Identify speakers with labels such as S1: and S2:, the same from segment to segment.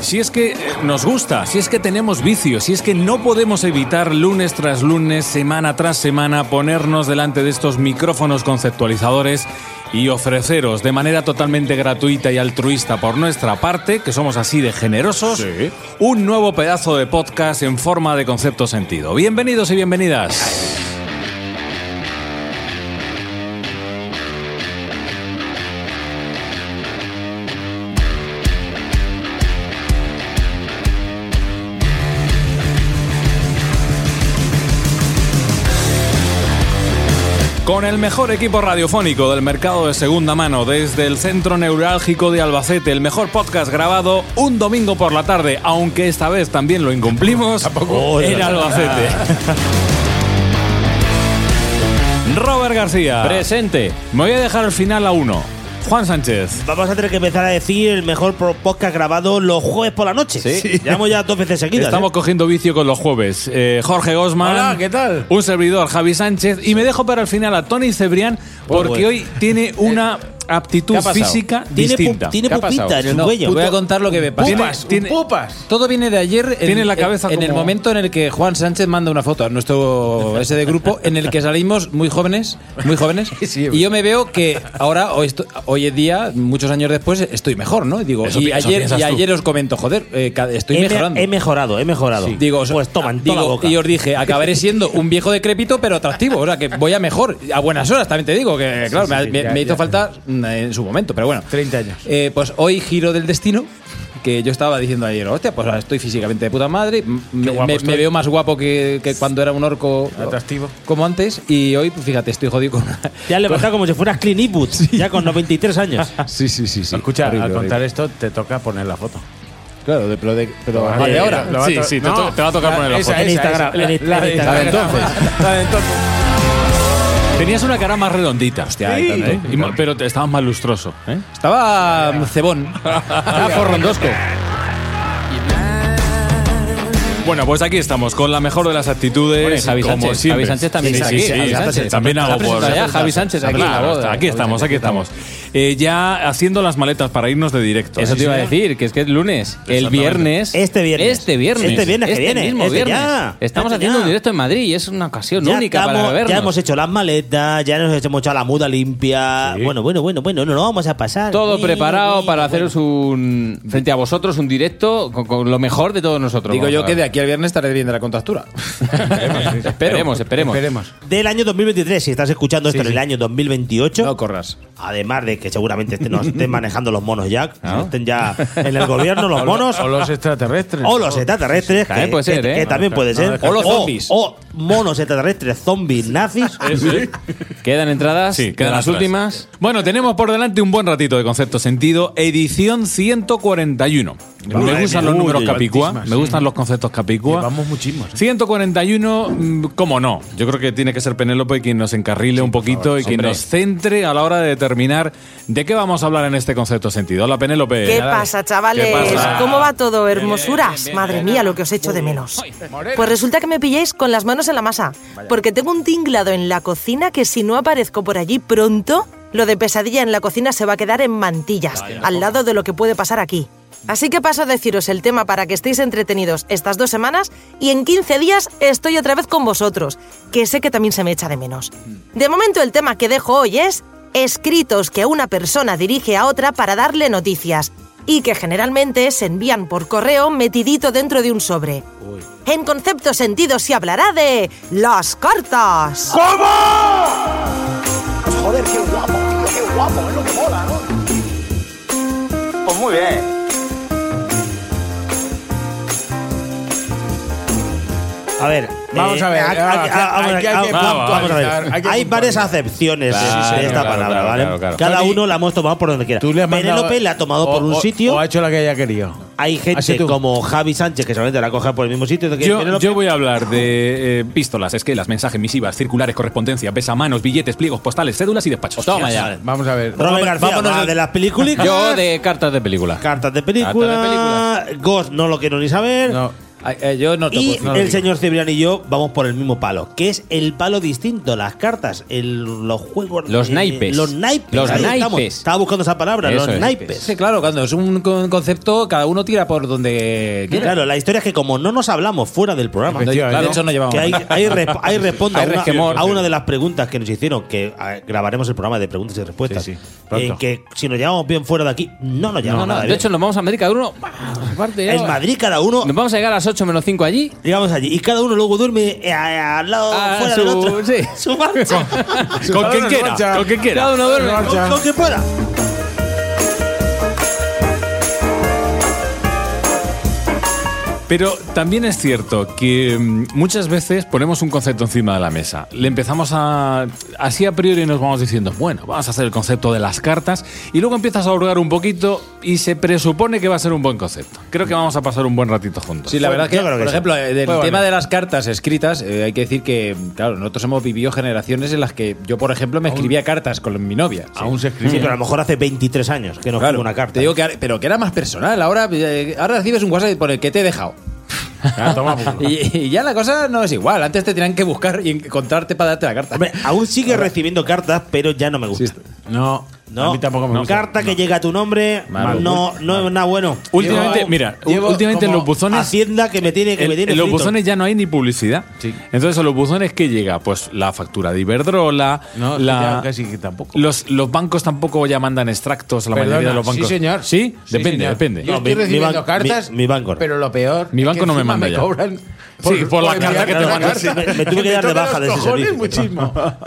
S1: Si es que eh, nos gusta, si es que tenemos vicios, si es que no podemos evitar lunes tras lunes, semana tras semana, ponernos delante de estos micrófonos conceptualizadores y ofreceros de manera totalmente gratuita y altruista por nuestra parte, que somos así de generosos,
S2: Sí.
S1: un nuevo pedazo de podcast en forma de concepto sentido. Bienvenidos y bienvenidas. Con el mejor equipo radiofónico del mercado de segunda mano, desde el Centro Neurálgico de Albacete, el mejor podcast grabado un domingo por la tarde, aunque esta vez también lo incumplimos, en Albacete. Robert García. Presente. Me voy a dejar el final a uno. Juan Sánchez.
S3: Vamos a tener que empezar a decir el mejor pro- podcast grabado los jueves por la noche.
S1: Sí.
S3: Llevamos ya dos veces seguidas.
S1: Estamos
S3: ¿eh?
S1: cogiendo vicio con los jueves. Eh, Jorge Gosman.
S4: Hola, ¿qué tal?
S1: Un servidor, Javi Sánchez. Y me dejo para el final a Tony Cebrián, porque
S4: bueno.
S1: hoy tiene una aptitud
S4: ¿qué ha pasado?
S1: física
S3: Tiene, pu-
S1: distinta.
S3: tiene
S4: ¿Qué ha
S3: pupita
S4: pasado?
S3: en el
S4: No,
S3: cuello.
S4: Voy a contar lo que me pasa.
S1: Tiene-
S4: Pupas,
S1: tiene-
S4: pupas. Todo viene de ayer en,
S1: Tiene la cabeza
S4: en, en el
S1: como-
S4: momento en el que Juan Sánchez manda una foto a nuestro ese de grupo en el que salimos muy jóvenes, muy jóvenes.
S1: Sí,
S4: y yo me veo que ahora hoy, esto- hoy en día, muchos años después, estoy mejor, ¿no? Y digo,
S1: Eso
S4: y
S1: pi- eso
S4: ayer
S1: piensas
S4: y
S1: tú.
S4: ayer os comento, joder, eh, ca- estoy
S3: he, me-
S4: mejorando.
S3: he mejorado, he mejorado.
S4: Digo, os-
S3: pues toman,
S4: digo,
S3: toda la boca.
S4: y os dije, acabaré siendo un viejo decrépito, pero atractivo. O sea, que voy a mejor. A buenas horas también te digo, que claro, me, me- me hizo falta mm, en su momento, pero bueno.
S1: 30 años.
S4: Eh, pues hoy giro del destino, que yo estaba diciendo ayer, hostia, pues ahora estoy físicamente de puta madre, m- me,
S1: guapo
S4: me-
S1: estoy.
S4: me veo más guapo que, que cuando era un orco.
S1: Atractivo.
S4: Como antes, y hoy, pues, fíjate, estoy jodido con una-
S3: Ya le pasa como si fueras Clint Eastwood, ya con 93 años.
S4: Sí, sí, sí, sí.
S5: Escucha,
S4: Horrible,
S5: al contar
S4: horrible.
S5: esto te toca poner la foto.
S4: Claro, de- pero de- pero
S5: Lo
S4: vale,
S5: vas a-
S4: ahora.
S5: lo vas a
S1: Sí,
S5: to-
S1: sí, te to- te va a tocar
S5: la-
S1: poner la
S5: esa, esa,
S1: foto.
S3: En
S5: esa.
S3: Instagram, en
S5: La-
S3: Inst-
S5: la
S3: en
S5: de
S3: Instagram.
S5: La de entonces.
S1: Tenías una cara más redondita. Hostia,
S4: Sí.
S1: ¿eh? Y ma- Pero te estabas más lustroso. ¿eh?
S4: Estaba mm, cebón. Estaba forrondosco.
S1: Bueno, pues aquí estamos, con la mejor de las actitudes.
S4: Bueno, y Javi
S1: como
S4: Sánchez.
S1: siempre.
S4: Javi Sánchez también
S1: Sí,
S4: está
S1: sí,
S4: aquí,
S1: sí,
S4: Javi
S1: sí,
S4: Sánchez.
S1: También
S4: Está
S1: hago por.
S4: presentado ya, Javi Sánchez, aquí en la
S1: Claro,
S4: boda.
S1: aquí
S4: Javi
S1: estamos,
S4: Sánchez,
S1: aquí estamos. Eh, ya haciendo las maletas para irnos de directo.
S4: Eso
S1: ¿eh?
S4: te iba a decir, que es que es lunes, el
S1: Exactamente.
S4: viernes.
S3: Este viernes.
S4: Este viernes.
S3: Este viernes que viene,
S4: mismo
S3: este
S4: viernes.
S3: ya.
S4: Estamos
S3: Este
S4: haciendo
S3: ya.
S4: un directo en Madrid y es una ocasión
S3: Ya,
S4: única
S3: estamos-
S4: para vernos.
S3: ya hemos hecho las maletas, ya nos hemos echado la muda limpia. Bueno, bueno, bueno, bueno, no lo vamos a pasar.
S4: todo
S3: Uy,
S4: preparado
S3: uy,
S4: para
S3: bueno.
S4: haceros un. frente a vosotros, un directo con, con lo mejor de todos nosotros. Digo yo que de aquí al viernes estaré viendo la contractura. esperemos, esperemos.
S3: Del año 2023, si estás escuchando esto en el año 2028.
S4: No corras.
S3: Además de que seguramente este- nos estén manejando los monos ya, que
S4: Ah.
S3: estén ya en el gobierno los monos.
S5: O los extraterrestres.
S3: O los extraterrestres,
S4: También
S3: que,
S4: puede ser,
S3: que-
S4: ¿eh?
S3: que también puede ser.
S4: O los zombies.
S3: O monos extraterrestres, zombies nazis.
S4: Quedan entradas.
S1: Sí, quedan
S4: de las
S1: atrás.
S4: últimas.
S1: Bueno, tenemos por delante un buen ratito de concepto sentido, edición 141. me gustan los números capicúa, me gustan los conceptos capicúa.
S5: Llevamos muchísimos, ¿eh?
S1: 141, mm, cómo no. Yo creo que tiene que ser Penélope quien nos encarrile un poquito y quien
S4: Hombre.
S1: nos centre a la hora de determinar de qué vamos a hablar en este concepto sentido. Hola, Penélope.
S6: ¿Qué pasa, chavales?
S1: ¿Qué pasa?
S6: ¿Cómo va todo, hermosuras? Madre mía, lo que os echo de menos. Pues resulta que me pilláis con las manos en la masa, porque tengo un tinglado en la cocina que si no aparezco por allí pronto, lo de pesadilla en la cocina se va a quedar en mantillas, al lado de lo que puede pasar aquí. Así que paso a deciros el tema para que estéis entretenidos estas dos semanas y en 15 días estoy otra vez con vosotros, que sé que también se me echa de menos. De momento el tema que dejo hoy es escritos que una persona dirige a otra para darle noticias y que generalmente se envían por correo metidito dentro de un sobre. En concepto sentido se hablará de las cartas.
S7: Joder, qué guapo, tío, qué guapo, es lo que mola, ¿no? Pues muy bien.
S3: A ver,
S5: Vamos a ver,
S3: a- a-
S5: aquí-
S3: a- vamos a-
S5: aquí hay que
S3: vamos- vamos a ver.
S5: puntualizar, hay que
S3: Hay varias acepciones de-
S5: Claro,
S3: de esta
S5: claro,
S3: palabra,
S5: claro,
S3: ¿vale?
S5: claro, claro.
S3: Cada
S5: Tony,
S3: uno la hemos tomado por donde quiera.
S5: Tú le has mandado-
S3: Penélope la ha tomado
S5: o-
S3: por un
S5: o-
S3: sitio.
S5: O ha hecho la que haya querido.
S3: Hay
S5: Así
S3: gente
S5: tú.
S3: como Javi Sánchez que solamente la coge por el mismo sitio. que
S1: Yo,
S3: Penélope-
S1: yo voy a hablar de eh, pistolas, esquelas, mensajes, misivas, circulares, correspondencia, besamanos, billetes, pliegos, postales, cédulas y despachos.
S4: Toma ya.
S5: Vamos a ver.
S3: Robert
S4: Vámonos-
S3: García
S4: vámonos
S3: va
S4: al-
S3: de las películas.
S4: Yo de cartas de película.
S3: Cartas de película.
S4: Cartas de película.
S3: Ghost no lo quiero ni saber.
S5: No.
S1: Ah,
S4: Ay, eh, yo no
S3: Y
S4: toco. no lo
S3: el
S4: digo.
S3: señor Cibrián y yo vamos por el mismo palo, que es el palo distinto, las cartas, el- los juegos. eh,
S4: Los naipes.
S3: Los naipes.
S4: Los
S3: ahí estamos.
S4: naipes.
S3: Estaba buscando esa palabra,
S4: Eso
S3: los
S4: es.
S3: naipes.
S4: Sí, claro, cuando es un con- concepto, cada uno tira por donde quiera.
S3: Claro, la historia es que como no nos hablamos fuera del programa,
S4: No,
S5: Efectivamente.
S4: De hecho, no llevamos.
S3: que hay, hay, resp- hay respondo
S4: Hay
S3: a,
S4: resquemor.
S3: una, a una de las preguntas que nos hicieron, que a- grabaremos el programa de preguntas y respuestas,
S5: Sí, sí, pronto.
S3: en que si nos llevamos bien fuera de aquí, no nos llevamos
S4: No, no,
S3: nada
S4: de
S3: bien.
S4: hecho, nos vamos a América uno. Aparte,
S3: en Madrid cada uno,
S4: Nos vamos a llegar a las 8 menos 5 allí.
S3: digamos allí, y cada uno luego duerme eh, a- al lado,
S4: Ah,
S3: fuera del
S4: su-
S3: otro.
S4: sí.
S3: Su marcha.
S1: Con quien quiera,
S5: marcha.
S1: con quien quiera.
S4: Cada uno duerme.
S5: Marcha.
S3: Lo que pueda.
S1: Pero también es cierto que mm, muchas veces ponemos un concepto encima de la mesa. Le empezamos a. Así a priori nos vamos diciendo, bueno, vamos a hacer el concepto de las cartas. Y luego empiezas a hurgar un poquito y se presupone que va a ser un buen concepto. Creo que vamos a pasar un buen ratito juntos.
S8: Sí, la verdad que,
S3: Yo creo que
S8: por
S3: sí.
S8: ejemplo, eh, del
S5: Pues
S8: tema
S5: bueno.
S8: de las cartas escritas, eh, hay que decir que, claro, nosotros hemos vivido generaciones en las que yo, por ejemplo, me escribía cartas con mi novia.
S5: Aún se
S3: Sí,
S5: escribe.
S3: pero a lo mejor hace 23 años que no escribe
S8: Claro,
S3: una carta.
S8: Te digo que, ahora- pero que era más personal. Ahora, eh, ahora recibes un WhatsApp por el que te he dejado.
S5: Ah, toma, por culo.
S8: Y, y ya la cosa no es igual. Antes te tenían que buscar y encontrarte para darte la carta.
S3: Hombre, aún sigue recibiendo cartas, pero ya no me gusta.
S5: No,
S3: No,
S5: a mí tampoco me gusta.
S3: carta que llega a tu nombre, no, no es nada bueno.
S1: Últimamente,
S5: Llevo-
S1: mira,
S5: llevo
S1: últimamente en
S5: como
S1: los buzones.
S3: Hacienda que me tiene que
S1: En,
S3: me tiene
S1: en los
S3: frito.
S1: buzones ya no hay ni publicidad. Entonces, en los buzones que llega, pues la factura de Iberdrola,
S5: No,
S1: la-
S5: ya casi que tampoco.
S1: Los, los bancos tampoco ya mandan extractos, la mayoría
S5: Perdona,
S1: de los bancos.
S5: Sí, señor.
S1: Sí, depende,
S5: señor.
S1: depende.
S5: Yo
S3: No,
S5: estoy
S3: mi- mi
S5: recibiendo
S3: ban-
S5: cartas,
S3: mi- mi banco no.
S5: pero lo peor.
S1: Mi
S5: es
S1: banco
S5: que
S1: no me
S5: encima
S1: manda ya.
S5: cobran
S1: Sí, por la
S7: Pues
S1: carta
S5: enviar
S1: que te
S5: una
S1: mandan.
S5: carta.
S3: Me- me tuve que dar de
S5: toca
S3: baja
S5: los
S3: de ese
S5: cojones
S3: servicio.
S5: muchísimo. Y encima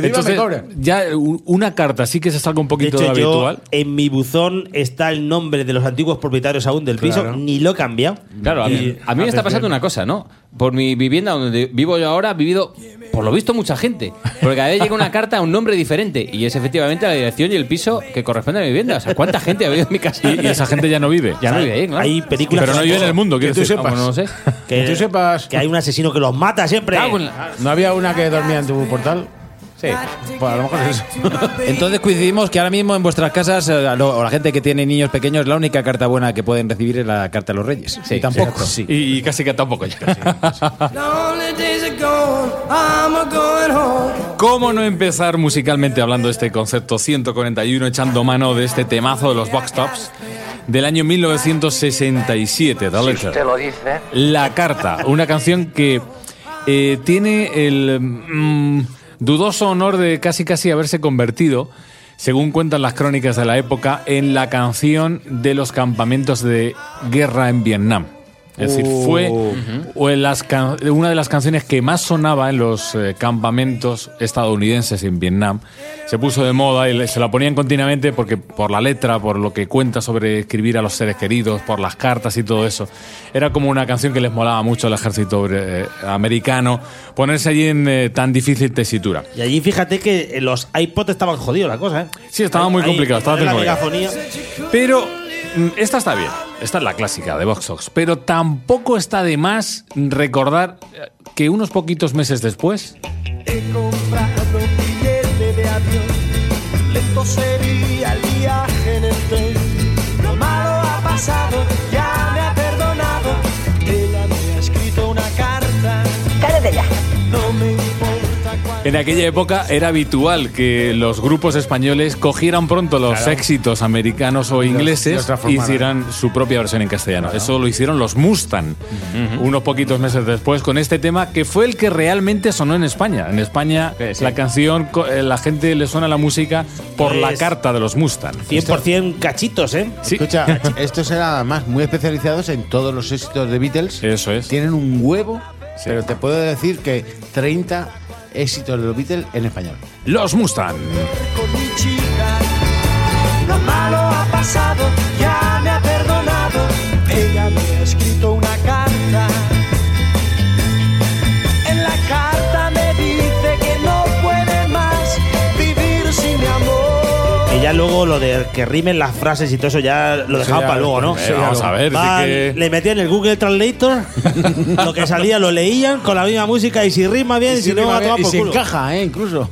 S5: me
S1: Entonces,
S5: cobran.
S1: ya u- una carta sí que se salga un
S3: De
S1: poquito
S3: hecho,
S1: de,
S3: yo
S1: habitual.
S3: en mi buzón está el nombre de los antiguos propietarios aún del piso,
S5: Claro.
S3: ni lo he cambiado.
S4: Claro, a
S3: Y-
S4: mí, a mí me está pasando una cosa, ¿no? Por mi vivienda donde vivo yo ahora, ha vivido, por lo visto, mucha gente. Porque cada vez llega una carta a un nombre diferente. Y es efectivamente la dirección y el piso que corresponde a mi vivienda. O sea, ¿cuánta gente ha vivido en mi casa?
S1: Y, y esa gente ya no vive.
S4: Ya no vive ahí, claro.
S3: Hay películas
S1: Pero no
S3: que-
S1: vive en el mundo,
S5: Que
S1: quiero
S5: tú
S1: decir.
S5: sepas.
S1: Vamos, no lo sé.
S3: que,
S5: Que tú sepas.
S3: que hay un asesino que los mata siempre.
S4: Cago en la-
S5: ¿No había una que dormía en tu portal? Sí. Pues a lo mejor es eso.
S8: Entonces coincidimos que ahora mismo en vuestras casas, eh, a lo- o la gente que tiene niños pequeños, la única carta buena que pueden recibir es la carta de los reyes. Sí, tampoco. Sí.
S1: Y, y casi que tampoco ya. ¿Cómo no empezar musicalmente hablando de este concepto 141, echando mano de este temazo de los Box Tops del año 1967, The Letter?
S7: lo dice.
S1: La Carta, una canción que eh, tiene el mm, dudoso honor de casi casi haberse convertido, según cuentan las crónicas de la época, en la canción de los campamentos de guerra en Vietnam. Es decir, fue o en las can- una de las canciones que más sonaba en los eh, campamentos estadounidenses en Vietnam. Se puso de moda y le- se la ponían continuamente porque por la letra, por lo que cuenta sobre escribir a los seres queridos, por las cartas y todo eso. Era como una canción que les molaba mucho al ejército eh, americano ponerse allí en eh, tan difícil tesitura.
S3: Y allí fíjate que los iPods estaban jodidos la cosa, ¿eh?
S1: Sí, estaba muy
S3: Ahí-
S1: complicado, estaba
S3: la
S1: complicado.
S3: megafonía.
S1: Pero mm, esta está bien. Esta es la clásica de Vox Ox. Pero tampoco está de más recordar eh, que unos poquitos meses después.
S7: Cara de ya.
S1: en aquella época era habitual que los grupos españoles cogieran pronto los éxitos americanos o ingleses
S8: los
S1: y
S8: transformaran.
S1: hicieran su propia versión en castellano. Eso lo hicieron los Mustang unos poquitos meses después con este tema que fue el que realmente sonó en España. En España la canción, co- eh, la gente le suena la música por la
S3: Pues,
S1: carta de los Mustang.
S3: 100% cachitos, ¿eh?
S5: Escucha, estos eran además muy especializados en todos los éxitos de Beatles.
S1: Eso es.
S5: Tienen un huevo, pero te puedo decir que 30 éxitos de los Beatles en español.
S1: Los Mustang.
S7: Lo malo ha pasado, ya me ha perdonado. Ella me ha escrito una carta. En la carta me dice que no puede más vivir sin mi amor.
S3: Y ya luego lo de que rimen las frases y todo eso ya
S8: Eso
S3: lo dejaba
S8: ya-
S3: para luego, ¿no?
S8: Eh, vamos a ver, sí
S3: Van,
S8: que-
S3: Le metían el Google Translator, lo que salía lo leían con la misma música y si rima bien, si, no,
S5: rima
S3: a
S5: bien,
S3: tomar
S5: y
S3: por
S5: si
S3: culo.
S5: encaja, ¿eh? Incluso.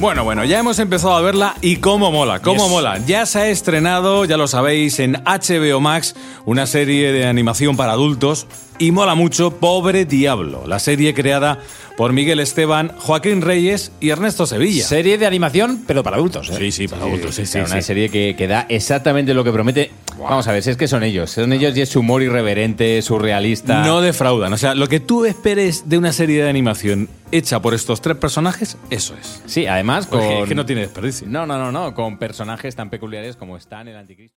S1: Bueno, bueno, ya hemos empezado a verla y cómo mola, cómo
S8: Yes.
S1: mola. Ya se ha estrenado, ya lo sabéis, en HBO Max, una serie de animación para adultos y mola mucho Pobre Diablo, la serie creada por Miguel Esteban, Joaquín Reyes y Ernesto Sevilla.
S8: Serie de animación, pero para adultos, ¿eh?
S1: Sí, sí, para adultos, Pues sí,
S4: O
S1: sí.
S4: sea, una
S1: sí.
S4: serie que, que da exactamente lo que promete. Vamos a ver, si es que son ellos. Son ellos y es su humor irreverente, surrealista.
S1: No defraudan, o sea, lo que tú esperes de una serie de animación hecha por estos tres personajes, eso es.
S4: Sí, además con...
S1: Porque Pues es que no tiene desperdicio.
S4: No, no, no, no, con personajes tan peculiares como están el anticristo.